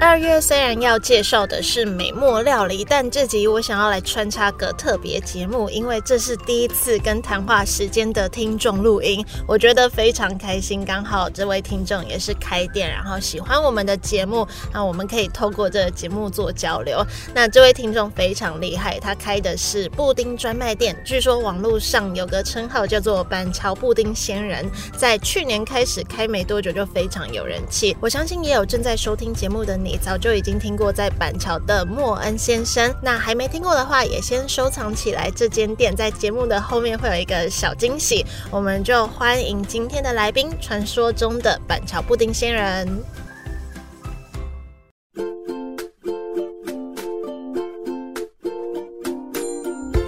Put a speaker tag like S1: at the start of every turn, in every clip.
S1: 二月虽然要介绍的是美墨料理，但这集我想要来穿插个特别节目，因为这是第一次跟谈话时间的听众录音，我觉得非常开心。刚好这位听众也是开店，然后喜欢我们的节目，那我们可以透过这个节目做交流。那这位听众非常厉害，他开的是布丁专卖店，据说网络上有个称号叫做“板桥布丁仙人”。在去年开始开没多久就非常有人气，我相信也有正在收听节目的你，早就已经听过在板桥的莫恩先生。那还没听过的话，也先收藏起来。这间店在节目的后面会有一个小惊喜，我们就欢迎今天的来宾，传说中的板桥布丁仙人。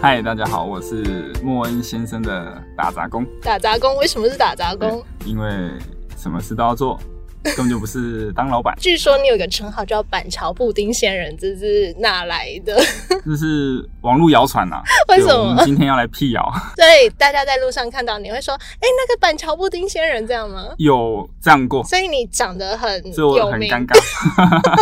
S2: 嗨，大家好，我是莫恩先生的打杂工。
S1: 打杂工为什么是打杂工？，
S2: 对因为什么事都要做，根本就不是当老板
S1: 据说你有个称号叫板桥布丁仙人，这是哪来 的？
S2: 这是网络谣传呐。啊
S1: 为什
S2: 对我们
S1: 么？
S2: 今天要来辟谣，
S1: 所以大家在路上看到你会说：“哎、那个板桥布丁仙人这样吗
S2: 有这样过？”，
S1: 所以你长得很
S2: 所以我
S1: 有
S2: 很
S1: 名，
S2: 尴尬。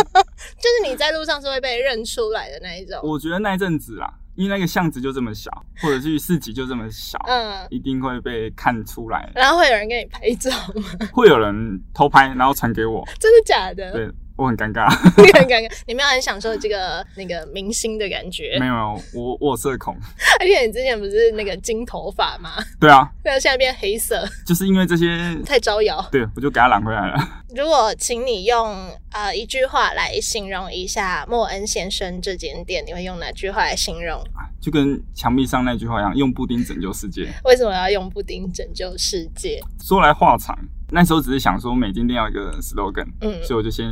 S1: 就是你在路上是会被认出来的那一种。
S2: 我觉得那一阵子啦，因为那个巷子就这么小，或者去市集就这么小，
S1: 嗯，，
S2: 一定会被看出来
S1: 然后会有人跟你拍照吗？
S2: 会有人偷拍，然后传给我，
S1: 真的假的？
S2: 对我很 尴尬。
S1: 你很尴尬，你没有很享受这个那个明星的感觉
S2: 没，有，没有我我有社恐。
S1: 而且你之前不是那个金头发吗？
S2: 对啊，
S1: 那现在变黑色，
S2: 就是因为这些，
S1: 太招摇。
S2: 对我就给他揽回来了。
S1: 如果请你用呃一句话来形容一下莫恩先生这间店，你会用哪句话来形容？
S2: 就跟墙壁上那句话一样，用布丁拯救世界。
S1: 为什么要用布丁拯救世界？
S2: 说来话长，那时候只是想说每间店要一个 slogan，
S1: 嗯，
S2: 所以我就先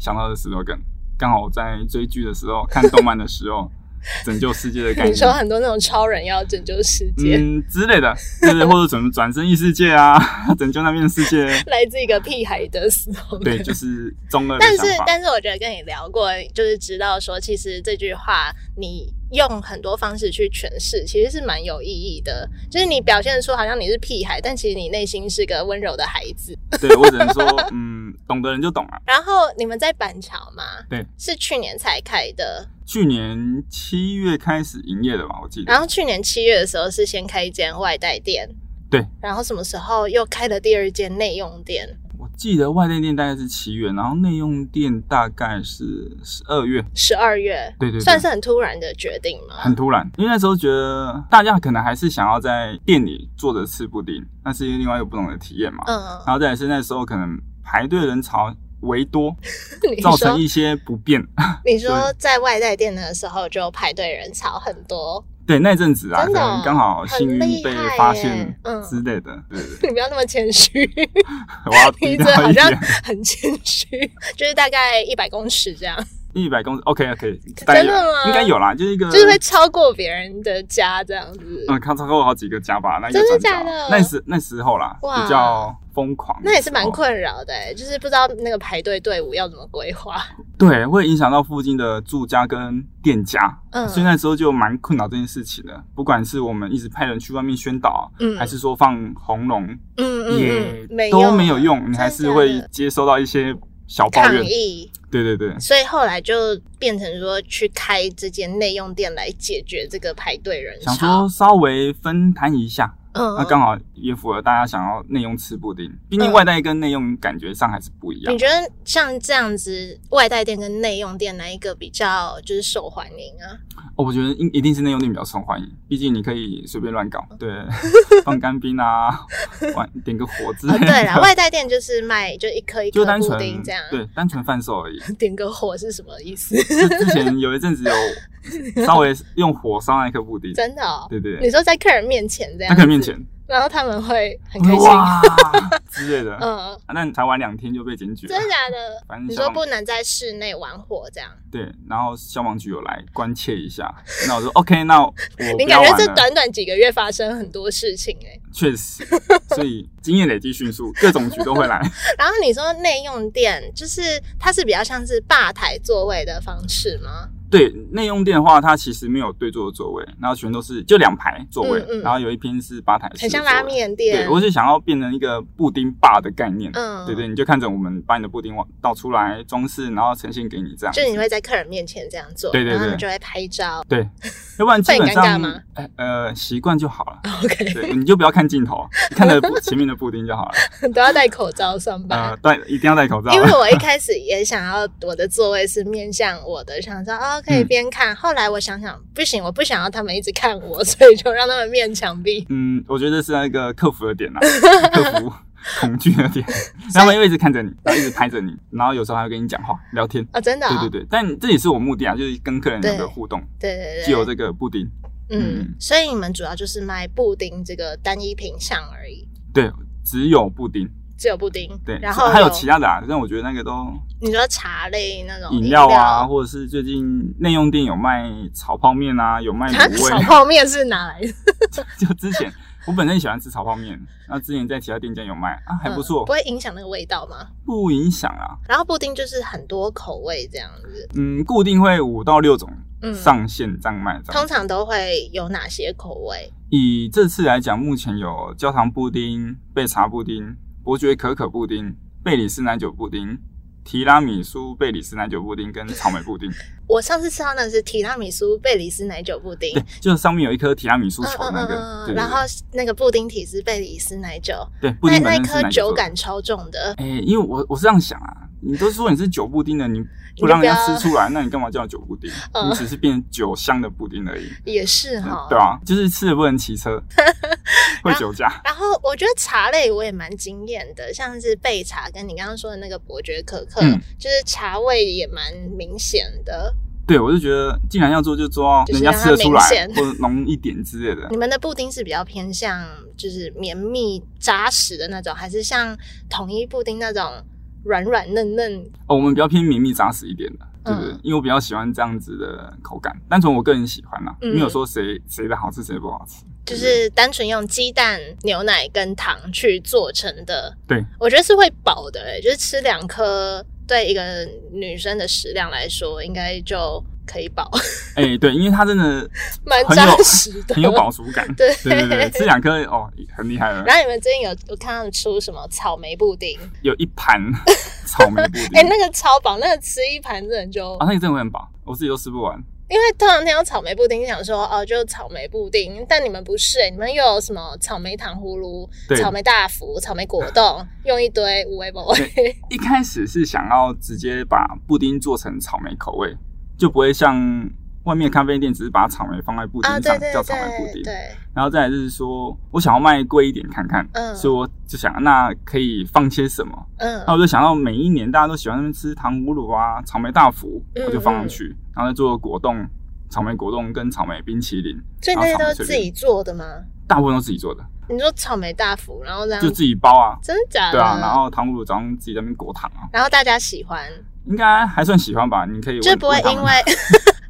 S2: 想到了 slogan。刚好我在追剧的时候、看动漫的时候，拯救世界的 概
S1: 你说
S2: 念，
S1: 很多那种超人要拯救世界，
S2: 嗯之类的，对对，或者怎么转身异世界啊， 拯救那边的世界，
S1: 来自一个屁孩的 slogan。
S2: 对，就是中二的
S1: 但是
S2: 想法。
S1: 但是我觉得跟你聊过，就是知道说，其实这句话你用很多方式去诠释，其实是蛮有意义的。就是你表现出好像你是屁孩，但其实你内心是个温柔的孩子。
S2: 对我只能说，嗯，懂的人就懂了、
S1: 然后你们在板桥吗？
S2: 对，
S1: 是去年才开的。
S2: 去年七月开始营业的吧，我记
S1: 然
S2: 得。
S1: 后去年七月的时候是先开一间外带店，
S2: 对。
S1: 然后什么时候又开了第二间内用店？
S2: 我记得外店店大概是七月，然后内用店大概是十二月。
S1: 十二月，
S2: 对对对
S1: 算是很突然的决定吗
S2: 很？突然，因为那时候觉得大家可能还是想要在店里坐着吃布丁，那是另外一个不同的体验嘛。
S1: 嗯，
S2: 然后再来是那时候可能排队人潮为多，
S1: 你
S2: 造
S1: 说。
S2: 成一些不便。
S1: 你说在外带店的时候就排队人潮很多，
S2: 对，那阵子啊，可
S1: 真的哦
S2: 能刚好幸运被发现
S1: 很厉害耶嗯
S2: 之类的。对对对，
S1: 你不要那么谦 虚，
S2: 我要
S1: 你
S2: 低
S1: 这
S2: 调
S1: 好
S2: 一
S1: 像
S2: 点，
S1: 很谦虚，就是大概一百公尺这样，
S2: 一百公尺，OK OK，大概有
S1: 真的吗
S2: 应该有啦，就是一个
S1: 就是会超过别人的家这样子。
S2: 嗯，看超过好几个家吧，那一个
S1: 真的
S2: 转角
S1: 假的
S2: 那时那时候啦，
S1: 哇
S2: 比较疯狂的哦时候，
S1: 那也是蛮困扰的、欸就是不知道那个排队队伍要怎么规划。
S2: 对，会影响到附近的住家跟店家，
S1: 嗯
S2: 所以那时候就蛮困扰这件事情的。不管是我们一直派人去外面宣导，啊
S1: 嗯
S2: 还是说放红龙，
S1: 嗯
S2: 也
S1: 嗯嗯，没
S2: 都
S1: 用
S2: 没有用，你还是会
S1: 真的
S2: 接收到一些小抱
S1: 抗
S2: 怨。嗯
S1: 议，
S2: 对对对，
S1: 所以后来就变成说去开这间内用店来解决这个排队人
S2: 想
S1: 潮。
S2: 说稍微分摊一下，
S1: 嗯，
S2: 那刚好也符合大家想要内用吃布丁，毕竟外带跟内用感觉上还是不一样
S1: 你。觉得像这样子外带店跟内用店哪一个比较就是受欢迎 啊？
S2: 哦，我觉得一一定是内用店比较受欢迎，毕竟你可以随便乱搞， 对，放干冰啊，玩点个火之
S1: 哦
S2: 类的。
S1: 对啦，外带店就是卖就一颗一
S2: 就
S1: 颗
S2: 单
S1: 布
S2: 纯
S1: 丁这样，
S2: 对，单纯贩售而已。
S1: 点个火是什么意思？
S2: 就之前有一阵子有稍微用火烧那一颗布丁，
S1: 真的哦，
S2: 对对
S1: 你
S2: 对，
S1: 说在客人面前这样子，
S2: 那客人面前，
S1: 然后他们会很开心。
S2: 哇之类的。啊
S1: 嗯，
S2: 那你才玩两天就被检举了
S1: 真，的假的
S2: 反？正
S1: 你
S2: 消
S1: 说
S2: 防
S1: 不能在室内玩火这样？
S2: 对，然后消防局有来关切一下，那我说 OK，那我
S1: 你
S2: 不要
S1: 感觉
S2: 玩啊
S1: 这
S2: 了。
S1: 短短几个月发生很多事情哎、
S2: 确实，所以经验累积迅速，各种局都会来。
S1: 然后你说内用店就是它是比较像是吧台座位的方式吗？
S2: 对内用店的话，它其实没有对坐的座位，然后全都是就两排座位，
S1: 嗯嗯
S2: 然后有一边是吧台式的
S1: 很像
S2: 座位
S1: 拉面
S2: 对，
S1: 店。
S2: 我是想要变成一个布丁吧的概念。
S1: 嗯
S2: 对对，你就看着我们把你的布丁往倒出来装饰，然后呈现给你这样。
S1: 就你会在客人面前这样做，
S2: 对对
S1: 然后
S2: 对
S1: 你就会拍照。
S2: 对，要不然基本
S1: 会很尴尬
S2: 上
S1: 吗
S2: 哎呃习惯就好了。
S1: OK，
S2: 对，你就不要看镜头，你看着布前面的布丁就好了。
S1: 都要戴口罩上班。
S2: 呃，戴一定要戴口 罩。
S1: 因为我一开始也想要我的座位是面向我的，想说哦可以
S2: 嗯
S1: 边看。后来我想想不行，我不想要他们一直看我，所以就让他们面墙壁。
S2: 嗯，我觉得是那个克服 的点啊，克服恐惧的点。他们又一直看着你，然后一直拍着你，然后有时候还会跟你讲话聊天。
S1: 哦，真的、
S2: 对
S1: 哦，
S2: 对对，但这也是我目的啊，就是跟客人有
S1: 对
S2: 个互动，
S1: 对对对
S2: 既有这个布丁。
S1: 嗯
S2: 嗯，
S1: 所以你们主要就是卖布丁这个单一品项而已，
S2: 对，只有布丁。
S1: 只有布哦丁。
S2: 对，
S1: 然后
S2: 还有其他的啊，但我觉得那个都
S1: 你说茶类那种
S2: 饮料啊，，或者是最近内用店有卖炒泡面啊，有卖
S1: 它
S2: 卤
S1: 炒
S2: 味。
S1: 泡面是哪来的？
S2: 就之前我本身喜欢吃炒泡面，那之前在其他店家有卖啊，还不错
S1: 嗯不，会影响那个味道吗？
S2: 不影响啊。
S1: 然后布丁就是很多口味这样子，
S2: 嗯，固定会五到六种
S1: 嗯，
S2: 上限这样卖。这样
S1: 通常都会有哪些口味？
S2: 以这次来讲，目前有焦糖布丁、贝茶布丁、伯爵可可布丁、贝里斯奶酒布丁、提拉米苏贝里斯奶酒布丁跟草莓布丁。
S1: 我上次吃到那个是提拉米苏贝里斯奶酒布丁嗯
S2: 对，，就是上面有一颗提拉米苏球那个，对对对
S1: 然后那个布丁体是贝里斯奶酒，
S2: 对布
S1: 那
S2: 丁本
S1: 那
S2: 身是
S1: 颗
S2: 奶
S1: 酒
S2: 酒做的。
S1: 感超重的，
S2: 哎、因为我我是这样想啊，你都说你是酒布丁的，你不让人家吃出来，那你干嘛叫酒布丁？
S1: 嗯
S2: 你只是变成酒香的布丁而已，
S1: 也是哈。
S2: 对啊，就是吃了不能骑车，会酒驾。
S1: 然后我觉得茶类我也蛮惊艳的，像是焙茶跟你刚刚说的那个伯爵可可，
S2: 嗯
S1: 就是茶味也蛮明显的。
S2: 对，我就觉得既然要做，就做到
S1: 就是
S2: 人家吃得出来
S1: 让它，明
S2: 或者浓一点之类的
S1: 你。们的布丁是比较偏向就是绵密扎实的那种，还是像统一布丁那种软软嫩嫩？
S2: 哦，我们比较偏绵密扎实一点的，对不对
S1: 嗯？
S2: 因为我比较喜欢这样子的口感，单纯我个人喜欢啦，
S1: 嗯
S2: 没有说谁谁的好吃谁不好吃。嗯
S1: 就是单纯用鸡蛋、牛奶跟糖去做成的。
S2: 对，
S1: 我觉得是会饱的、欸，就是吃两颗，对一个女生的食量来说，应该就可以饱，
S2: 哎、对，因为它真的
S1: 蛮
S2: 很
S1: 扎
S2: 有
S1: 实的，。
S2: 很有。饱足感
S1: 对
S2: 对对对，吃两颗哦，很厉害了。
S1: 然后你们最近有有看到出什么草莓布丁？
S2: 有一盘 草莓布丁，
S1: 哎、那个超饱，那个吃一盘真的就
S2: 啊，那个真的会很饱，我自己都吃不完。
S1: 因为通常听到草莓布丁，想说哦，就草莓布丁，但你们不是、欸，你们又有什么草莓糖葫芦、
S2: 对
S1: 草莓大福、草莓果冻，用一堆无为不为。
S2: 一开始是想要直接把布丁做成草莓口味，就不会像外面咖啡店只是把草莓放在布丁
S1: 啊，对
S2: 上、
S1: 对
S2: 叫草莓布
S1: 对
S2: 丁。
S1: 对，
S2: 然后再来就是说，我想要卖贵一点看看，
S1: 嗯
S2: 所以我就想那可以放些什么。
S1: 嗯
S2: 那，我就想到每一年大家都喜欢那边吃糖葫芦啊、草莓大福，
S1: 嗯
S2: 我就放上去，然后再做果冻、草莓果冻跟草莓冰淇淋，
S1: 所以那
S2: 然后
S1: 些
S2: 草莓
S1: 都是
S2: 脆
S1: 自
S2: 饼
S1: 己做的吗？
S2: 大部分都自己做的，
S1: 你说草莓大福，然后这样
S2: 就自己包啊。
S1: 真的假的？
S2: 对啊，然后糖葫芦早上自己在那边裹糖啊，
S1: 然后大家喜欢，
S2: 应该还算喜欢吧？你可以
S1: 就
S2: 问
S1: 不会
S2: 问他
S1: 因
S2: 们
S1: 为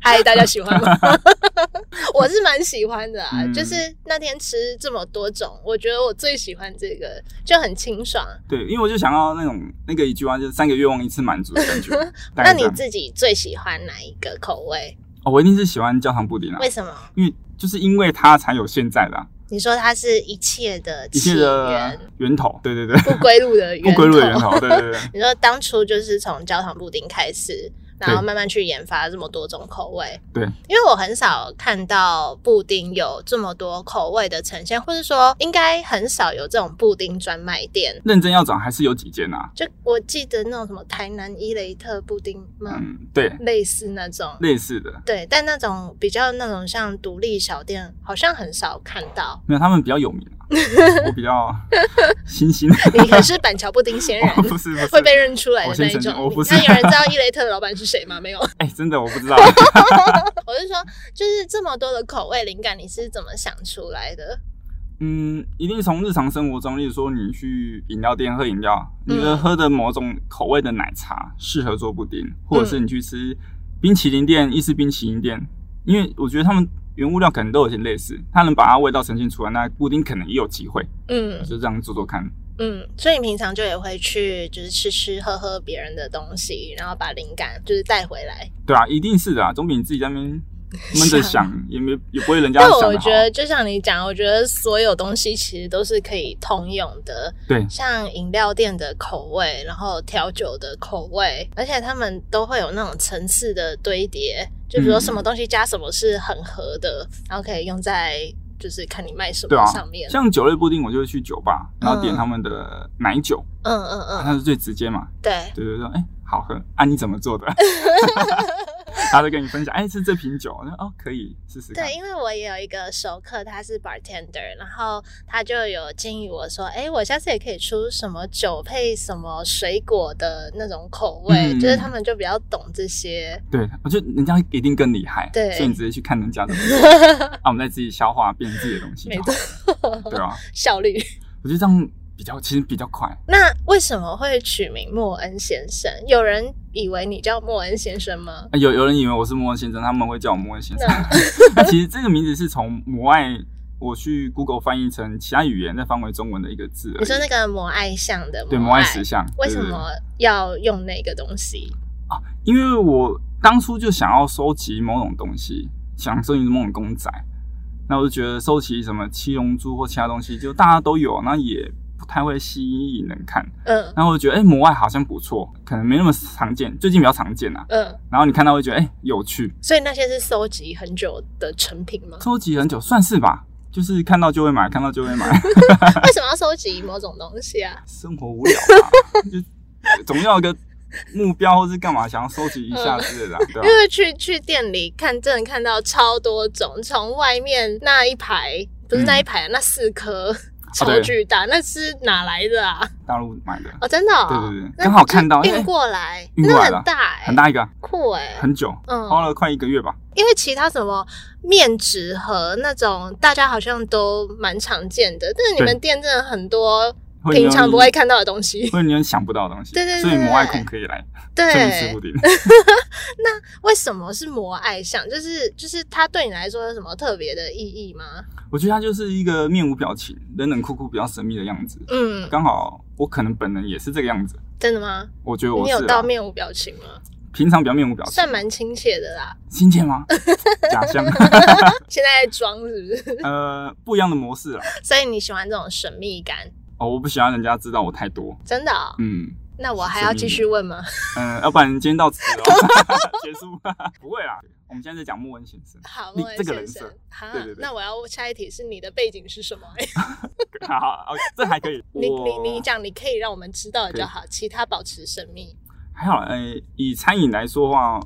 S1: 嗨大家喜欢吗？我是蛮喜欢的啊，
S2: 嗯
S1: 就是那天吃这么多种，我觉得我最喜欢这个，就很清爽。
S2: 对，因为我就想要那种那个一句话就是三个愿望一次 满足的感觉。大
S1: 那
S2: 概这
S1: 你
S2: 样
S1: 自己最喜欢哪一个口味？
S2: 哦，我一定是喜欢焦糖布丁啊
S1: 为，什么？
S2: 因为就是因为它才有现在的啊、
S1: 你说它是一切的
S2: 一
S1: 起
S2: 切的
S1: 源，
S2: 源头，对对对，
S1: 不归路的源
S2: 不
S1: 头。
S2: 归路的源头，对对对。
S1: 你说当初就是从焦糖布丁开始，然后慢慢去研发这么多种口味。
S2: 对，
S1: 因为我很少看到布丁有这么多口味的呈现，或者说应该很少有这种布丁专卖店。
S2: 认真要找还是有几间啊？
S1: 就我记得那种什么台南伊雷特布丁吗？
S2: 嗯，对，
S1: 类似那种。
S2: 类似的，
S1: 对，但那种比较那种像独立小店，好像很少看到。
S2: 没有他们比较有名、 啊，我比较新兴，
S1: 你可是板桥布丁 仙人，
S2: 我哦不是不是
S1: 会被认出来的那一
S2: 我
S1: 种
S2: 先承认我。不是
S1: 那有人知道伊雷特的老板是谁吗？没有。
S2: 哎、真的我不 知道，
S1: 我是说，就是这么多的口味灵感，你是怎么想出来的？
S2: 嗯，一定从日常生活中，例如说你去饮料店喝饮料，你的
S1: 嗯
S2: 喝的某种口味的奶茶适合做布丁，或者是你去吃冰淇淋店、意式冰淇淋店，因为我觉得他们原物料可能都有些类似，它能把它味道呈现出来，那布丁可能也有机会，
S1: 嗯
S2: 就这样做做看。
S1: 嗯，所以你平常就也会去就是吃吃喝喝别人的东西，然后把灵感就是带回来。
S2: 对啊，一定是的啊，总比你自己在那 边闷着想，也没也不会人家
S1: 但
S2: 想的好。
S1: 我觉得就像你讲，我觉得所有东西其实都是可以通用的，
S2: 对
S1: 像饮料店的口味，然后调酒的口味，而且他们都会有那种层次的堆叠，就比如说
S2: 嗯
S1: 什么东西加什么是很合的，然后可以用在就是看你卖什
S2: 对
S1: 么
S2: 啊
S1: 上，面。
S2: 像酒类布丁，我就会去酒吧，然后点
S1: 嗯
S2: 他们的奶酒，
S1: 嗯嗯嗯，
S2: 它是最直接嘛，
S1: 对，
S2: 对对对，哎、好喝啊！你怎么 做的？ 他就跟你分享，哎、是这瓶酒，我说哦，可以试试看
S1: 对，。因为我也有一个熟客，他是 bartender，然后他就有建议我说，哎，我下次也可以出什么酒配什么水果的那种口味，
S2: 嗯
S1: 就是他们就比较懂这些。
S2: 对，我觉得人家一定更厉害，
S1: 对
S2: 所以你直接去看人家怎么 做，啊，我们再自己消化变成自己的东西
S1: 没
S2: 就好
S1: 错
S2: 了，，对啊，
S1: 效率。
S2: 我觉得这样比较，其实比较快。
S1: 那为什么会取名莫恩先生？有人以为你叫莫恩先生吗？
S2: 啊有有人以为我是莫恩先生，他们会叫我莫恩先生
S1: 那。
S2: 那其实这个名字是从母爱我去 Google 翻译成其他语言，再翻为中文的一个字而已。
S1: 你说那个摩爱像的
S2: 对
S1: 摩
S2: 母爱石像，
S1: 为
S2: 对
S1: 什
S2: 对对
S1: 么要用那个东西？
S2: 因为我当初就想要收集某种东西，想收集某种公仔，那我就觉得收集什么七龙珠或其他东西，就大家都有，那也不太会吸引人看。
S1: 嗯
S2: 然后我就觉得，哎、魔外好像不错，可能没那么常见，最近比较常见啊。
S1: 嗯，
S2: 然后你看到会觉得，哎、有趣，？
S1: 所以那些是搜集很久的成品吗
S2: 收集很久算是吧，就是看到就会买，看到就会 买，
S1: 为什么要搜集某种东西啊？
S2: 生活无聊嘛，就总要有个目标或是干嘛，想要收集一下之 类的啊、对吧、
S1: 因为去去店里看，真的看到超多种，从外面那一排不是那一排、啊那四颗超
S2: 嗯啊对
S1: 巨大，那是哪来的啊？
S2: 大陆买的，
S1: 哦，真的、哦，
S2: 对对对
S1: 那
S2: 刚好看到
S1: 就
S2: 哎
S1: 运过来，
S2: 运
S1: 那
S2: 过来了
S1: 很大、哎，
S2: 很大一个啊，
S1: 酷哎、
S2: 很久，
S1: 嗯，
S2: 花了快一个月吧。
S1: 因为其他什么面纸盒那种，大家好像都蛮常见的，但是你们
S2: 对
S1: 店真的很多
S2: 会
S1: 平常
S2: 你
S1: 不会看到的东西。
S2: 会你想不到的东西。
S1: 对对对
S2: 所以
S1: 对
S2: 魔外控可以来这里
S1: 对
S2: 吃布，丁。
S1: 为什么是魔爱像？就是就是它对你来说有什么特别的意义吗？
S2: 我觉得他就是一个面无表情、冷冷酷酷、比较神秘的样子。
S1: 嗯，
S2: 刚好我可能本人也是这个样子，
S1: 真的吗？
S2: 我觉得我
S1: 你
S2: 是啊
S1: 有到面无表情吗？
S2: 平常比较面无表情，
S1: 算蛮亲切的啦。
S2: 亲 切吗？假象，
S1: 现在在装是不是？
S2: 呃，不一样的模式啊。
S1: 所以你喜欢这种神秘感，
S2: 哦，我不喜欢人家知道我太多。
S1: 真的哦、
S2: 嗯
S1: 那我还要继续问吗？
S2: 嗯，要不然今天到此哦， 结束。 不会啦，我们现在在讲莫恩先生。
S1: 好，
S2: 你
S1: 莫恩
S2: 这个
S1: 先
S2: 人
S1: 生
S2: 设，
S1: 好
S2: 对对，对
S1: 那我要下一题是你的背景是什么？
S2: 好好，OK，这还可以。
S1: 你你
S2: 我
S1: 你讲，你可以让我们知道的
S2: 可以
S1: 就好，其他保持神秘。
S2: 还好，哎、以餐饮来说的话，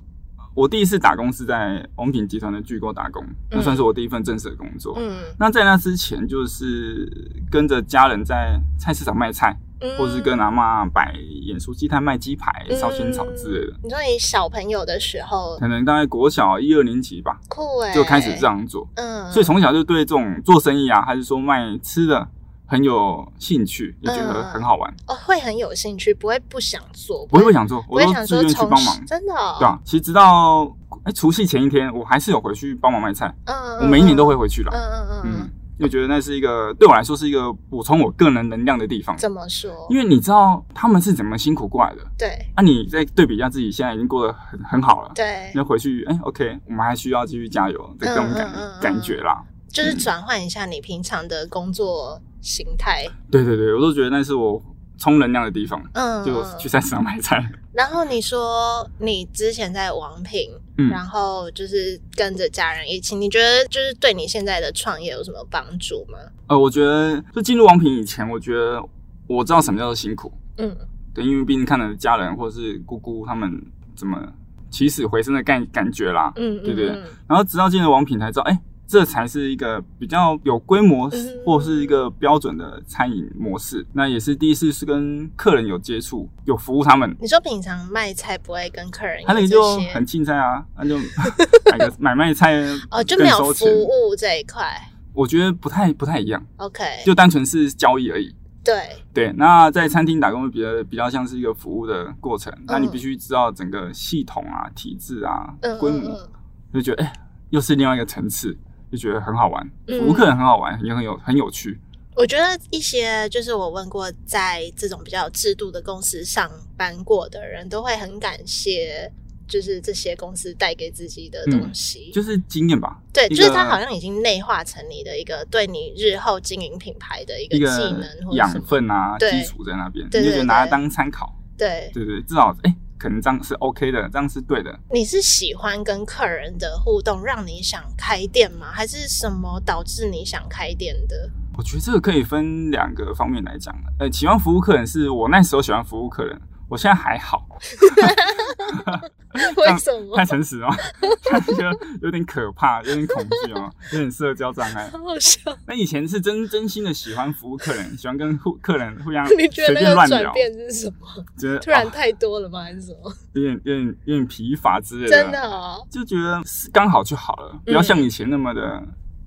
S2: 我第一次打工是在王品集团的巨购打工，那算是我第一份正式的工作。
S1: 嗯，
S2: 那在那之前，就是跟着家人在菜市场卖菜，
S1: 嗯
S2: 或是跟阿妈摆演出鸡摊卖鸡排、
S1: 嗯
S2: 烧仙草之类的。
S1: 你说你小朋友的时候
S2: 可能大概国小一二年级吧，
S1: 酷哎、
S2: 嗯就开始这。样做，
S1: 嗯，
S2: 所以从小就对这种做生意啊，还是说卖吃的很有兴趣，
S1: 嗯
S2: 也觉得很好玩。
S1: 哦会很有兴趣，不会不想做，
S2: 我也会想做，
S1: 不
S2: 我
S1: 会
S2: 都
S1: 想
S2: 自
S1: 说
S2: 愿去
S1: 从
S2: 帮忙。
S1: 真的、哦、
S2: 对啊，其实直到哎除夕前一天，我还是有回去帮忙卖菜，
S1: 嗯，嗯
S2: 我每一年都会，回去
S1: 嗯
S2: 啦。
S1: 嗯嗯
S2: 嗯
S1: 嗯，，
S2: 因为觉得那是一个对我来说是一个补充我个人能量的地方，
S1: 怎么说？
S2: 因为你知道他们是怎么辛苦过来的，
S1: 对
S2: 啊，你再对比一下自己现在已经过得很很好了，
S1: 对，
S2: 那回去哎，OK，我们还需要继续加油的这种感
S1: 嗯嗯嗯嗯
S2: 感觉啦。
S1: 就是转换一下你平常的工作形态。
S2: 对对对，我都觉得那是我充能量的地方，
S1: 嗯，
S2: 就
S1: 嗯
S2: 去菜市场买菜。
S1: 然后你说你之前在王品，
S2: 嗯，
S1: 然后就是跟着家人一起，你觉得就是对你现在的创业有什么帮助吗？
S2: 呃，我觉得就进入王品以前，我觉得我知道什么叫做辛苦，
S1: 嗯
S2: 对，因为毕竟看了家人或者是姑姑他们怎么起死回生的感感觉啦。
S1: 嗯，
S2: 对对
S1: 嗯嗯
S2: 然后直到进了王品才知道，哎、这才是一个比较有规模
S1: 嗯
S2: 或是一个标准的餐饮模式。那也是第一次是跟客人有接触，有服务他们。
S1: 你说平常卖菜不会跟客人有
S2: 他那
S1: 这
S2: 个就
S1: 些
S2: 很青菜啊，那就 买个买卖菜
S1: 哦，就没
S2: 更
S1: 有
S2: 收
S1: 服
S2: 钱
S1: 务这一块。
S2: 我觉得不太不太一样，
S1: OK，
S2: 就单纯是交易而已。
S1: 对，
S2: 对，那在餐厅打工比较比较像是一个服务的过程，那你必须知道整个系统啊、体制啊
S1: 嗯、
S2: 规
S1: 嗯
S2: 模，
S1: 嗯，
S2: 就觉得哎、又是另外一个层次，就觉得很好玩，
S1: 嗯
S2: 服务客人很好玩，也很有很有趣。
S1: 我觉得一些就是我问过，在这种比较有制度的公司上班过的人，都会很感谢。就是这些公司带给自己的东西，
S2: 嗯就是经验吧，
S1: 对，
S2: 一个
S1: 就是它好像已经内化成你的一个对你日后经营品牌的一
S2: 一
S1: 个
S2: 个
S1: 技能或者
S2: 养
S1: 什么
S2: 分啊，
S1: 对
S2: 基础在那边，
S1: 对
S2: 你就觉
S1: 对
S2: 得拿来
S1: 对
S2: 当参考，
S1: 对，
S2: 对对对，至少哎、可能这样是 OK 的，这样是对的。
S1: 你是喜欢跟客人的互动，让你想开店吗？还是什么导致你想开店 的？
S2: 我觉得这个可以分两个方面来讲，呃，喜欢服务客人是我那时候喜欢服务客人，我现在还好，
S1: 为什么
S2: 太？诚实哦，这个有点可怕，有点恐惧哦，有点社交障碍。
S1: 好好笑！
S2: 那以前是真真心的喜欢服务客人，喜欢跟互客人互相
S1: 你觉得
S2: 随
S1: 那
S2: 便
S1: 个
S2: 乱
S1: 转
S2: 聊，
S1: 变是什么？
S2: 觉得
S1: 突然
S2: 啊
S1: 太多了吗？还是什么？
S2: 有点有点有点疲乏之类的，
S1: 真的哦，
S2: 就觉得是刚好就好了，不要像以前那么的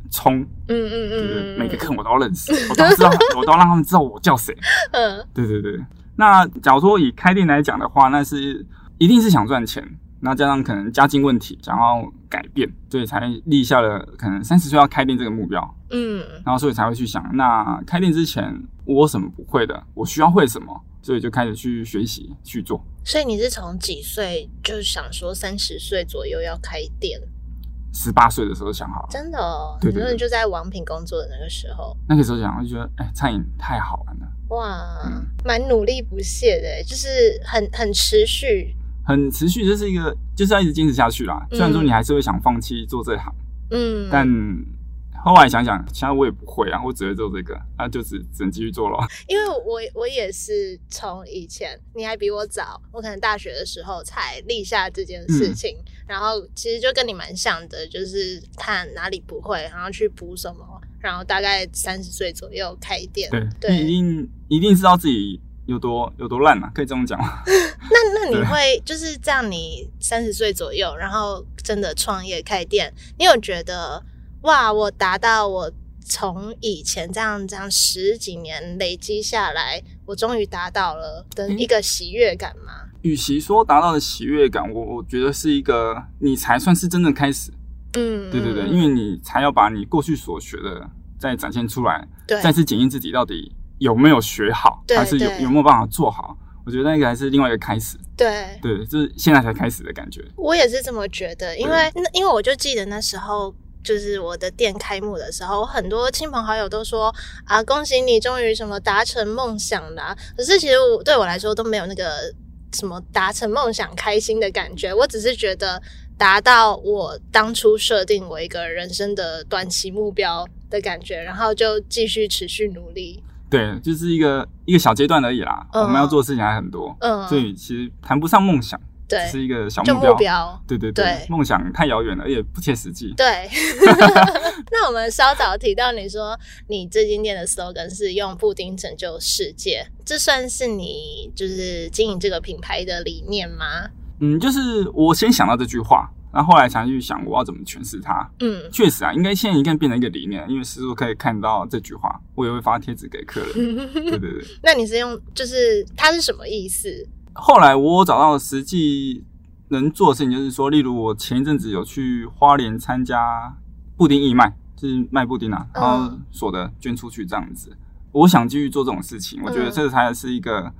S2: 冲，
S1: 嗯嗯
S2: 对不对？
S1: 嗯，
S2: 每 个客人我都认识，我都知道，我都让他们知道我叫谁。
S1: 嗯
S2: 对对对。那假如说以开店来讲的话，那是一定是想赚钱，那加上可能家境问题，想要改变，所以才立下了可能三十岁要开店这个目标，
S1: 嗯
S2: 然后所以才会去想，那开店之前我有什么不会的，我需要会什么，所以就开始去学习去做。
S1: 所以你是从几岁就想说三十岁左右要开店？
S2: 十八岁的时候想好了，
S1: 真的哦，
S2: 对对
S1: 你说
S2: 对
S1: 你就在王品工作的那个时候，
S2: 那个时候想，我就觉得哎、餐饮太好玩了，
S1: 哇
S2: 嗯，
S1: 蛮努力不懈的，欸就是很很持续，
S2: 很持续，这是一个就是要一直坚持下去啦。虽然说
S1: 嗯
S2: 你还是会想放弃做这行，
S1: 嗯，
S2: 但后来想想，现在我也不会啊，我只会做这个，那、就只只能继续 做咯。
S1: 因为我我也是从以前，你还比我早，我可能大学的时候才立下这件
S2: 嗯
S1: 事情，然后其实就跟你蛮像的，就是看哪里不会，然后去补什么，然后大概三十岁左右开店。
S2: 对，你一定一定知道自己有多有多烂啊，可以这么讲吗？
S1: 那那你
S2: 对
S1: 会就是这样，你三十岁左右，然后真的创业开店，你有觉得哇，我达到我从以前这样这样十几年累积下来，我终于达到了的一个喜悦感吗？
S2: 与其说达到的喜悦感，我我觉得是一个你才算是真正开始。
S1: 嗯，
S2: 对对对，
S1: 嗯
S2: 因为你才要把你过去所学的再展现出来，
S1: 对
S2: 再次检验自己到底有没有学好，
S1: 对
S2: 还是有
S1: 对
S2: 有没有办法做好。我觉得那个还是另外一个开始，
S1: 对，
S2: 对，就是现在才开始的感觉。
S1: 我也是这么觉得，因为那因为我就记得那时候。就是我的店开幕的时候，我很多亲朋好友都说啊，恭喜你终于什么达成梦想啦、可是其实我对我来说都没有那个什么达成梦想开心的感觉，我只是觉得达到我当初设定我一个人生的短期目标的感觉，然后就继续持续努力。
S2: 对，就是一个一个小阶段而已啦。
S1: 嗯
S2: 我们要做的事情还很多，
S1: 嗯，
S2: 所以其实谈不上梦想，
S1: 对
S2: 只，是一个小
S1: 就
S2: 目
S1: 目
S2: 标。
S1: 标
S2: 对对
S1: 对
S2: 梦想太遥远了，也不切实际。
S1: 对， 那我们稍早提到你说你这间店的 slogan 是用布丁拯救世界，这算是你就是经营这个品牌的理念吗？
S2: 嗯，就是我先想到这句话，然后后来才去想我要怎么诠释它。
S1: 嗯，
S2: 确实啊，应该现在应该变成一个理念，因为师傅可以看到这句话，我也会发贴纸给客 人。对对对。
S1: 那你是用就是它是什么意思？
S2: 后来我找到实际能做的事情，就是说，例如我前一阵子有去花莲参加布丁义卖，就是卖布丁啊，
S1: 嗯
S2: 然后所得捐出去这样子。我想继续做这种事情，我觉
S1: 嗯
S2: 得这才是一个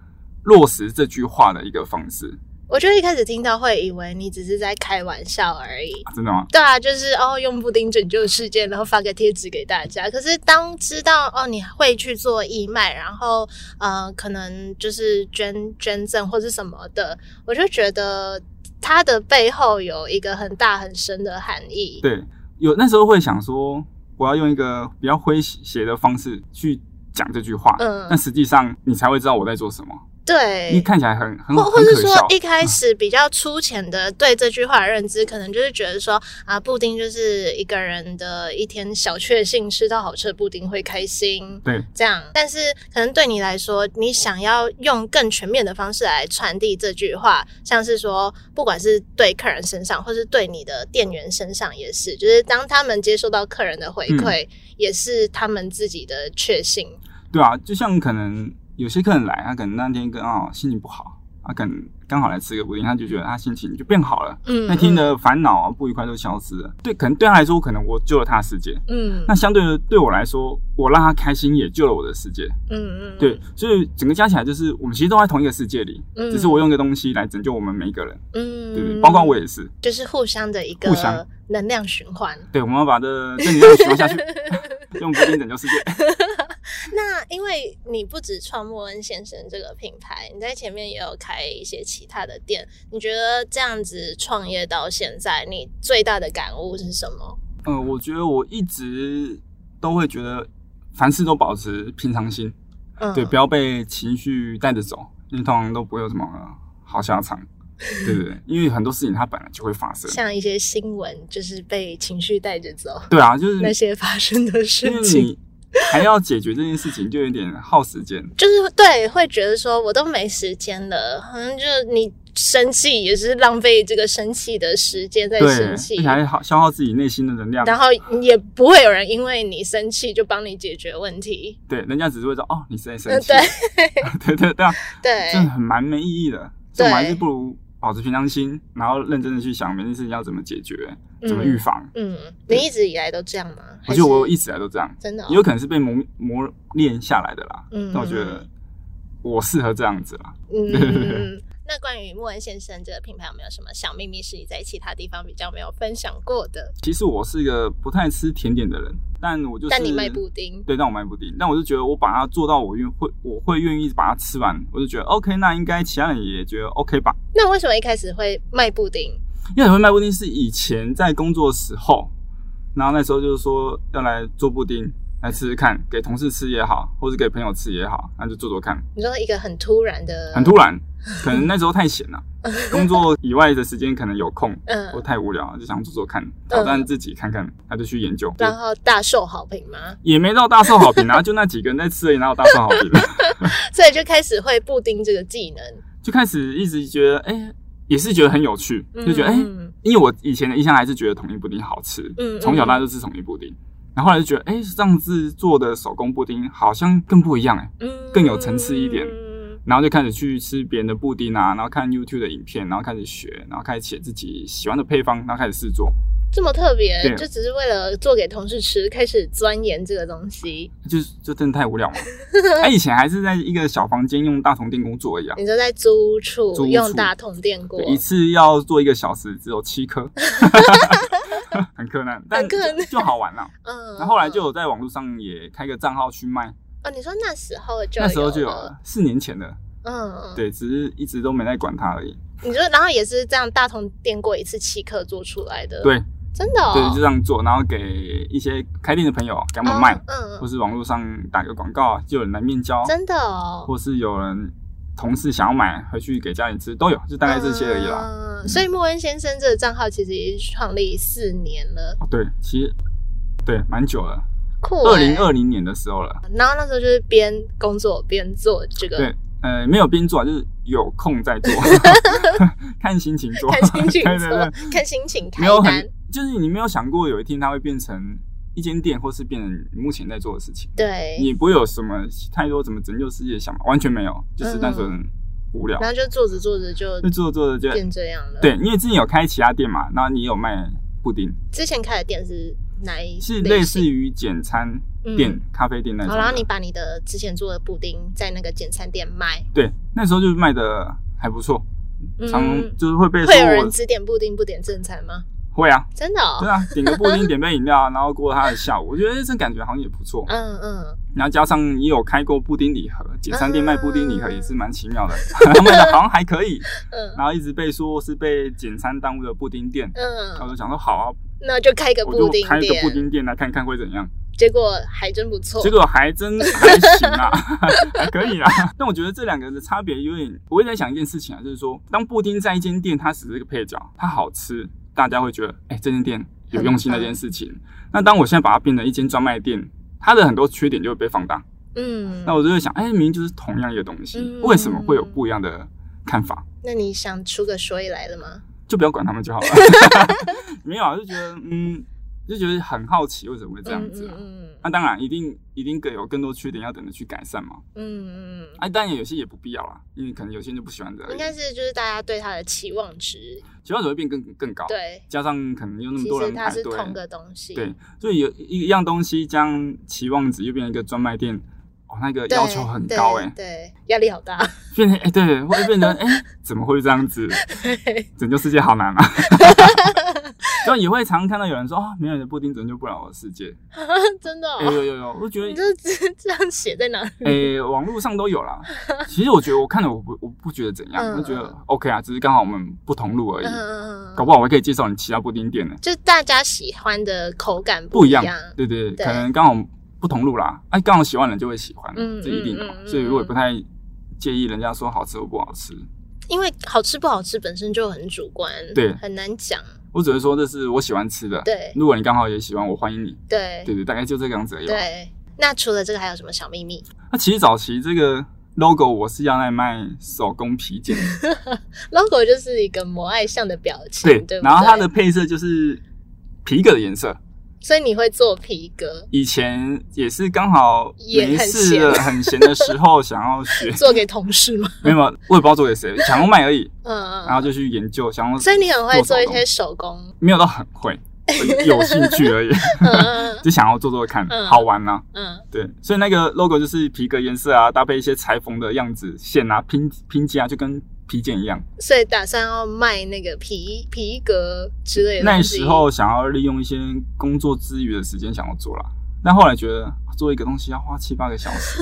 S2: 落实这句话的一个方式。
S1: 我觉得一开始听到会以为你只是在开玩笑而已。
S2: 啊真的吗？
S1: 对啊，就是哦，用布丁拯救世界，然后发个贴纸给大家。可是当知道哦，你会去做义卖，然后呃，可能就是捐捐赠或是什么的，我就觉得它的背后有一个很大很深的含义。，
S2: 对，有那时候会想说，我要用一个比较诙谐的方式去讲这句话，
S1: 嗯
S2: 但实际上你才会知道我在做什么。
S1: 对，
S2: 你看起来很很
S1: 或
S2: 很
S1: 或
S2: 可
S1: 是说
S2: 笑，嗯
S1: 一开始比较粗浅的对这句话的认知，可能就是觉得说啊，布丁就是一个人的一天小确幸，吃到好吃的布丁会开心。
S2: 对
S1: 这样，但是可能对你来说，你想要用更全面的方式来传递这句话，像是说，不管是对客人身上，或是对你的店员身上，也是，就是当他们接收到客人的回
S2: 嗯
S1: 馈，也是他们自己的确信。
S2: 对啊，就像可能有些客人来，他可能那天刚好心情不好，他可能刚好来吃个布丁，他就觉得他心情就变好了，
S1: 嗯，
S2: 那天的烦恼啊、不愉快都消失了。对，可能对他来说，可能我救了他的世界。
S1: 嗯，
S2: 那相对的，对我来说，我让他开心也救了我的世界。
S1: 嗯嗯嗯，
S2: 对，所以整个加起来就是我们其实都在同一个世界里，
S1: 嗯
S2: 只是我用一个东西来拯救我们每一个人，
S1: 嗯，
S2: 对不对？包括我也是，
S1: 就是互相的一
S2: 互相
S1: 个能量循环。
S2: 对，我们要把这这能量循环下去，用布丁拯救世界。
S1: 那因为你不止创莫恩先生这个品牌，你在前面也有开一些其他的店，你觉得这样子创业到现在，你最大的感悟是什么？
S2: 嗯、我觉得我一直都会觉得凡事都保持平常心，
S1: 嗯，
S2: 对，不要被情绪带着走，因为通常都不会有什么好 下场，对不对？因为很多事情它本来就会发生。
S1: 嗯像一些新闻，就是被情绪带着走
S2: 对啊，就是
S1: 那些发生的
S2: 因
S1: 事
S2: 为
S1: 情。
S2: 你还要解决这件事情，就有点耗时间。
S1: 就是对，会觉得说我都没时间了，好像就是你生气也是浪费这个生气的时间在
S2: 对，
S1: 生
S2: 而
S1: 气，
S2: 且还耗消耗自己内心的能量。
S1: 然后也不会有人因为你生气就帮你解决问题。
S2: 对，人家只是会说哦，你是在生
S1: 嗯，
S2: 气。
S1: 对
S2: 对对对啊，
S1: 对
S2: 这很蛮没意义的。所以我们还是
S1: 对
S2: 不如保持平常心，然后认真的去想每件事情要怎么解决，
S1: 嗯
S2: 怎么预防。
S1: 嗯，你一直以来都这样吗？
S2: 我觉得我
S1: 还是
S2: 一直以来都这样，
S1: 真的哦
S2: 也有可能是被磨磨练下来的啦。
S1: 嗯
S2: 但我觉得我适合这样子啦。
S1: 嗯嗯。嗯 那关于莫文先生这个品牌有没有什么小秘密是你在其他地方比较没有分享过的？
S2: 其实我是一个不太吃甜点的人，但我就是
S1: 但你卖布丁，
S2: 对，但我卖布丁，但我就觉得我把它做到我愿会，我会愿意把它吃完，我就觉得 OK，那应该其他人也觉得 OK 吧。
S1: 那为什么一开始会卖布丁？
S2: 因为很会卖布丁是以前在工作的时候，然后那时候就是说要来做布丁来吃吃看，给同事吃也好，或者给朋友吃也好，那就做做看。
S1: 你说一个很突然的，
S2: 很突然，可能那时候太闲了，工作以外的时间可能有空，
S1: 嗯
S2: 或太无聊了，就想做做看，挑战自己看看，那就去研究。
S1: 然后大受好评吗？
S2: 也没到大受好评啊，就那几个人在吃而已，哪有大受好评？
S1: 所以就开始会布丁这个技能，
S2: 就开始一直觉得，哎、也是觉得很有趣，就觉得，哎、
S1: 嗯
S2: 因为我以前的印象还是觉得统一布丁好吃，
S1: 嗯
S2: 从小到大就吃统一布丁，然后后来就觉得，哎、这样子做的手工布丁好像更不一样、哎，
S1: 嗯
S2: 更有层次一点
S1: 嗯
S2: 然后就开始去吃别人的布丁啊，然后看 YouTube 的影片，然后开始学，然后开始写自己喜欢的配方，然后开始试做，
S1: 这么特别
S2: 对，
S1: 就只是为了做给同事吃，开始钻研这个东西。
S2: 就是就真的太 无聊了。哎、以前还是在一个小房间用大同电工做一啊样，
S1: 你说在租处
S2: 租处
S1: 用大桶电锅
S2: 对，一次要做一个小时，只有 七颗，很困难，但
S1: 很困难
S2: 就好玩啦。
S1: 嗯，
S2: 然后后来就有在网络上也开个账号去卖，
S1: 哦，你说那时候就
S2: 那时候就有
S1: 了，
S2: 了，四年前的，
S1: 嗯，
S2: 对，只是一直都没在管它而已。
S1: 你说然后也是这样大桶电锅一次七克做出来的，
S2: 对，
S1: 真的、哦，
S2: 对，就这样做，然后给一些开店的朋友给他们卖，
S1: 嗯，嗯，
S2: 或是网络上打个广告，啊就有人来面交，
S1: 真的哦，
S2: 或是有人同事想要买回去给家里吃，都有，就大概这些而已啦。
S1: 嗯，所以莫恩先生这个账号其实已经创立四年了，
S2: 哦，对，其实对蛮久了，
S1: 酷、欸。
S2: 二零。二零年的时候了，
S1: 然后那时候就是边工作边做这个，
S2: 对。呃，没有边做啊，就是有空在 做，看心情做，
S1: 看心情
S2: 对对对，
S1: 做，看心情开
S2: 没有
S1: 单
S2: 很，，就是你没有想过有一天它会变成一间店，或是变成你目前在做的事情，
S1: 对，
S2: 你不会有什么太多怎么拯救世界的想法，完全没有，就是单纯
S1: 嗯
S2: 无聊，
S1: 然后就做着做着就
S2: 就做着做着就
S1: 变这样了。
S2: 对，，因为之前有开其他店嘛，然后你有卖布丁，
S1: 之前开的店是哪一
S2: 是
S1: 类
S2: 类
S1: 型
S2: 似于简餐店、
S1: 嗯
S2: 咖啡店那种
S1: 好，
S2: 的，
S1: 然后你把你的之前做的布丁在那个简餐店卖，
S2: 对那时候就卖的还不错，常
S1: 嗯，
S2: 就是会被说
S1: 会有人
S2: 我
S1: 只点布丁不点正餐吗？
S2: 会啊，
S1: 真的、哦？
S2: 对啊，点个布丁，点杯饮料，然后过他的下午，我觉得这感觉好像也不错，
S1: 嗯嗯，
S2: 然后加上也有开过布丁礼盒，简餐店卖布丁礼盒
S1: 嗯
S2: 也是蛮奇妙的，卖的好像还可以。
S1: 嗯
S2: 然后一直被说是被简餐耽误的布丁店，
S1: 嗯
S2: 然后我就想说好啊，
S1: 那就开个
S2: 我
S1: 布
S2: 就
S1: 丁
S2: 开一个
S1: 店，
S2: 布丁店来看看会怎样。
S1: 结果还真不错。
S2: 结果还真还行啊， 还可以啊。但我觉得这两个的差别有点，我也在想一件事情啊，就是说，当布丁在一间店，它只是一个配角，它好吃，大家会觉得，哎、这间店有用心那件事
S1: 嗯
S2: 情。那当我现在把它变成一间专卖店，它的很多缺点就会被放大。
S1: 嗯，
S2: 那我就会想，哎、明明就是同样一个东西，
S1: 嗯
S2: 为什么会有不一样的看法？
S1: 那你想出个所以来了吗？
S2: 就不要管他们就好 了。没有啊，就觉得，嗯，就觉得很好奇，为什么会这样子啊？
S1: 嗯
S2: 那、
S1: 嗯
S2: 当然，一定一定更有更多缺点要等着去改善嘛。
S1: 嗯嗯
S2: 啊，当然有些也不必要啦，因为可能有些人就不喜欢这
S1: 嗯，
S2: 而已
S1: 应该是就是大家对它的期望值，
S2: 喜欢只会变更更高，
S1: 对，
S2: 加上可能有那么
S1: 其
S2: 多
S1: 实
S2: 人
S1: 它
S2: 排
S1: 是同
S2: 队，
S1: 个东西，
S2: 对，所以有一一样东西将期望值又变成一个专卖店，哦，那个
S1: 对，
S2: 要求很高
S1: 对
S2: 哎、
S1: 对，压力好大。
S2: 变成哎、对，会变成哎、怎么会这样子？拯救世界 好难啊！就也会常看到有人说啊、没有你的布丁拯救不了我的世界。
S1: 真的、
S2: 哎、
S1: 哦，
S2: 有有有，我觉
S1: 你
S2: 得
S1: 这这 这样写在哪？
S2: 哎、网络上都有啦。其实我觉得我看了我不我不觉得怎样，
S1: 嗯
S2: 我觉得 OK 啊，只是刚好我们不同路而已。
S1: 嗯嗯嗯
S2: 搞不好我还可以介绍你其他布丁店呢，
S1: 就大家喜欢的口感
S2: 不
S1: 一
S2: 一样，
S1: 样
S2: 对对，
S1: 对
S2: 可能刚好不同路啦，哎，刚好喜欢的人就会喜欢，
S1: 嗯
S2: 这一定的
S1: 嗯
S2: 嘛
S1: 嗯，嗯
S2: 所以我也不太介意人家说好吃或不好吃，
S1: 因为好吃不好吃本身就很主观，
S2: 对
S1: 很难讲，
S2: 我只是说这是我喜欢吃的，
S1: 对
S2: 如果你刚好也喜欢，我欢迎你，
S1: 对
S2: 对对，大概就这个样子而已吧。
S1: 对那除了这个还有什么小秘密
S2: 那其实早期这个 logo 我是要来卖手工皮件，
S1: ？logo 就是一个母爱像的表情，对
S2: 对
S1: 不对，
S2: 然后它的，配色就是皮革的颜色，
S1: 所以你会做皮革，
S2: 以前也是刚好
S1: 也
S2: 没
S1: 很
S2: 事了很闲的时候想要学，
S1: 做给同事吗？
S2: 没有，我也不知道做给谁，想要卖而已。
S1: 嗯
S2: 然后
S1: 嗯，
S2: 就去研究，想要
S1: 所以你很会做一
S2: 手
S1: 些
S2: 工
S1: 手工，
S2: 没有到很会，有兴趣 而已，
S1: 嗯嗯
S2: 就想要做做看，
S1: 嗯
S2: 好玩啊。
S1: 嗯
S2: 对，所以那个 logo 就是皮革颜色啊，搭配一些裁缝的样子、线啊、拼拼接啊，就跟皮件一样。
S1: 嗯，所以打算要卖那个皮皮革之类的
S2: 那
S1: 东西
S2: 时候想要利用一些工作之余的时间想要做啦，但后来觉得啊做一个东西要花七八个小时，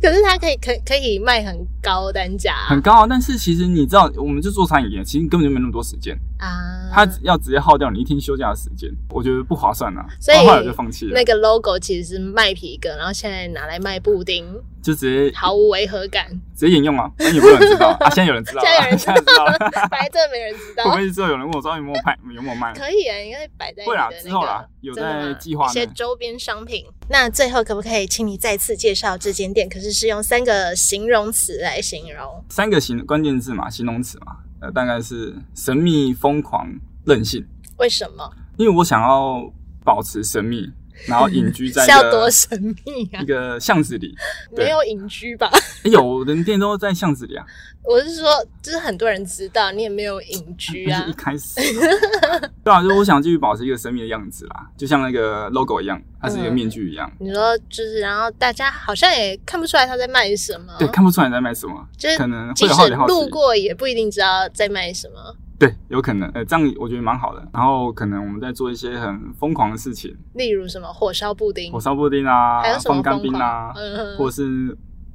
S1: 可是它可以可可以卖很高单价啊，
S2: 很高啊。但是其实你知道，我们就做餐饮业，其实根本就没那么多时间，
S1: 啊，
S2: 它要直接耗掉你一天休假的时间，我觉得不划算啊。
S1: 所以
S2: 后来我就放弃了，
S1: 那个 logo 其实是卖皮革，然后现在拿来卖布丁，
S2: 就直接
S1: 毫无违和 感。
S2: 直接沿用啊，那也没有人知道啊， 现在有人知道了，
S1: 现在有人知道
S2: 了。
S1: 本来真的没人知道
S2: 我，们一直知道有人问我说哎有没有拍，有没有 卖？
S1: 可以啊，你可以摆在你
S2: 会
S1: 的
S2: 啦
S1: 那个
S2: 之后啦有
S1: 真的吗
S2: 在计划
S1: 一些
S2: 内
S1: 周边商品。那最后可不可以请你再次介绍这间店？可是是用三个形容词来形容，
S2: 三个形关键字嘛，形容词嘛，呃，大概是神秘、疯狂、任性。
S1: 为什么？
S2: 因为我想要保持神秘，然后隐居在一
S1: 是要多
S2: 个
S1: 神秘啊
S2: 一？个巷子里。 对
S1: 没有隐居吧？
S2: 诶有人店都在巷子里啊，
S1: 我是说，就是很多人知道，你也没有隐居
S2: 那
S1: 啊
S2: 是一。开始啊。 对啊，就是我想继续保持一个神秘的样子啦，就像那个 logo 一样，它是一个面具一样。
S1: 你说就是，然后大家好像也看不出来他在卖什么，
S2: 对，看不出来你在卖什么，
S1: 就是
S2: 可能会
S1: 即
S2: 有好
S1: 使
S2: 奇好奇。
S1: 路过也不一定知道在卖什么。
S2: 对，有可能，呃，这样我觉得蛮好的。然后可能我们在做一些很疯狂的事情，
S1: 例如什么火烧布丁，
S2: 火烧布丁啊
S1: 嗯还有，什么
S2: 放干
S1: 疯
S2: 冰
S1: 狂？
S2: 啊，
S1: 嗯
S2: 或是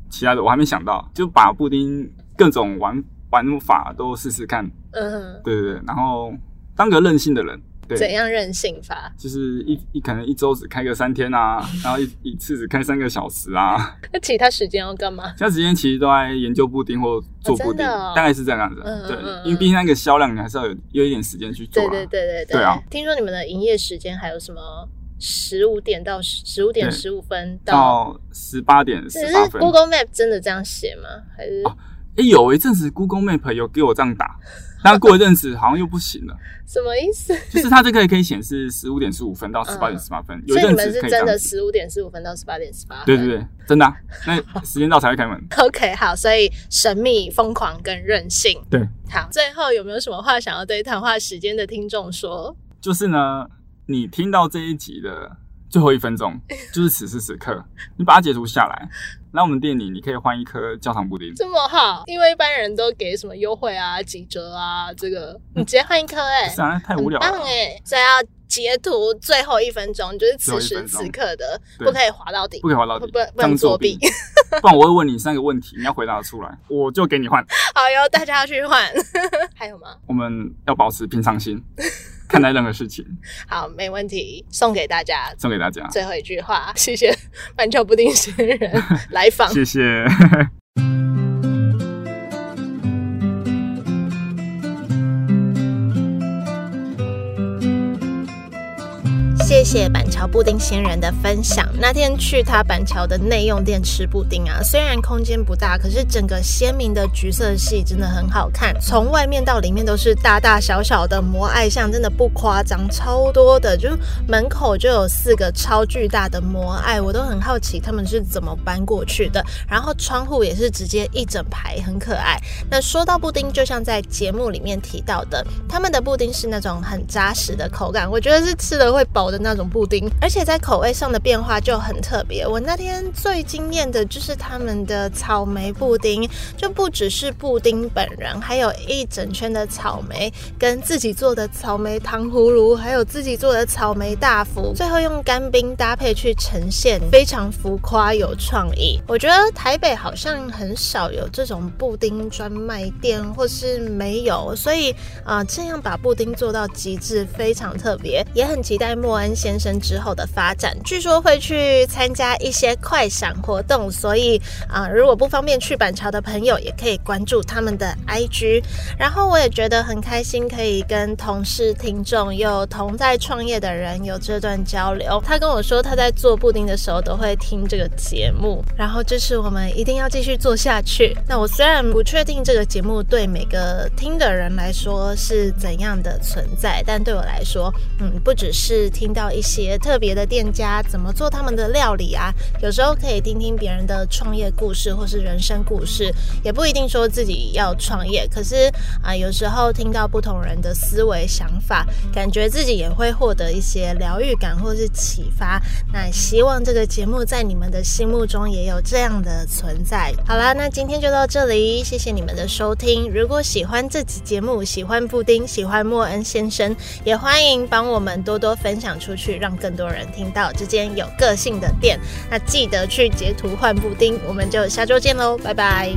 S2: 其他的，我还没想到，就把布丁各种玩玩法都试试看，
S1: 嗯哼，
S2: 对对对。然后当个任性的人，
S1: 怎
S2: 对，
S1: 样任性法？
S2: 就是一一可能一周只开个三天啊，然后一一次只开三个小时啊，
S1: 那其他时间要干嘛？
S2: 现在时间其实都在研究布丁或做布
S1: 真
S2: 丁，
S1: 的哦
S2: 大概是这样子
S1: 嗯嗯。
S2: 对
S1: 嗯，
S2: 因为毕竟那个销量你还是要有有一点时间去做
S1: 对
S2: 啊。
S1: 对对对
S2: 对啊！
S1: 听说你们的营业时间还有什么十五点到十五点
S2: 对
S1: 十五分到？
S2: 到十八点十
S1: 只
S2: 八
S1: 是
S2: 分。
S1: Google Map 真的这样写吗？还是
S2: 哎、有一阵子 Google Map 有给我这样打，但过一阵子好像又不行了。
S1: 什么意思？
S2: 就是它这个可以显示十五点十五分到十八点十八分，
S1: 嗯
S2: 有
S1: 所以
S2: 一
S1: 你
S2: 阵
S1: 们
S2: 子
S1: 是
S2: 可以这
S1: 真的
S2: 样子。
S1: 十五点十五分到十八点十八？
S2: 对对对，真的、啊，那时间到才会开门。
S1: OK，好，所以神秘、疯狂跟任性。
S2: 对，
S1: 好，最后有没有什么话想要对谈话时间的听众说？
S2: 就是呢，你听到这一集的最后一分钟，就是此时此刻，你把它截图下来，那我们店里你可以换一颗焦糖布丁。
S1: 这么好，因为一般人都给什么优惠啊、几折啊，这个你直接换一颗哎、
S2: 不是啊，那 太
S1: 很
S2: 无聊
S1: 棒
S2: 了。
S1: 哎、所以要截图最后一分钟，就是此
S2: 最后
S1: 时
S2: 一分钟
S1: 此刻的，
S2: 对
S1: 不可以滑到底
S2: 不。可以滑到底，
S1: 不不不
S2: 这样
S1: 能作
S2: 作
S1: 弊
S2: 弊。不然我会问你三个问题，你要回答得出来，我就给你换。
S1: 好哟，大家要去换。还有吗？
S2: 我们要保持平常心，看待任何事情，
S1: 好，没问题，送给大家
S2: 送给大家，
S1: 最后一句话，谢谢 板桥布丁仙 人来访。
S2: 谢谢。
S1: 谢谢板桥布丁仙人的分享。那天去他板桥的内用店吃布丁啊，虽然空间不大，可是整个鲜明的橘色系真的很好看，从外面到里面都是大大小小的摩艾像，真的不夸张，超多的。就门口就有四个超巨大的摩艾，我都很好奇他们是怎么搬过去的。然后窗户也是直接一整排，很可爱。那说到布丁，就像在节目里面提到的，他们的布丁是那种很扎实的口感，我觉得是吃了会饱的那种布丁，而且在口味上的变化就很特别。我那天最惊艳的就是他们的草莓布丁，就不只是布丁本人，还有一整圈的草莓，跟自己做的草莓糖葫芦，还有自己做的草莓大福，最后用干冰搭配去呈现，非常浮夸有创意。我觉得台北好像很少有这种布丁专卖店，或是没有，所以啊、呃这样把布丁做到极致非常特别，也很期待莫恩先生之后的发展。据说会去参加一些快闪活动，所以啊、呃如果不方便去板桥的朋友，也可以关注他们的 IG。然后我也觉得很开心，可以跟同事、听众有同在创业的人有这段交流。他跟我说，他在做布丁的时候都会听这个节目，然后支持我们一定要继续做下去。那我虽然不确定这个节目对每个听的人来说是怎样的存在，但对我来说，嗯，不只是听到一些特别的店家怎么做他们的料理啊，有时候可以听听别人的创业故事或是人生故事，也不一定说自己要创业，可是啊、有时候听到不同人的思维想法，感觉自己也会获得一些疗愈感或是启发。那希望这个节目在你们的心目中也有这样的存在。好啦，那今天就到这里，谢谢你们的收听。如果喜欢这期节目，喜欢布丁，喜欢莫恩先生，也欢迎帮我们多多分享出去，让更多人听到这间有个性的店。那记得去截图换布丁，我们就下周见喽，拜拜。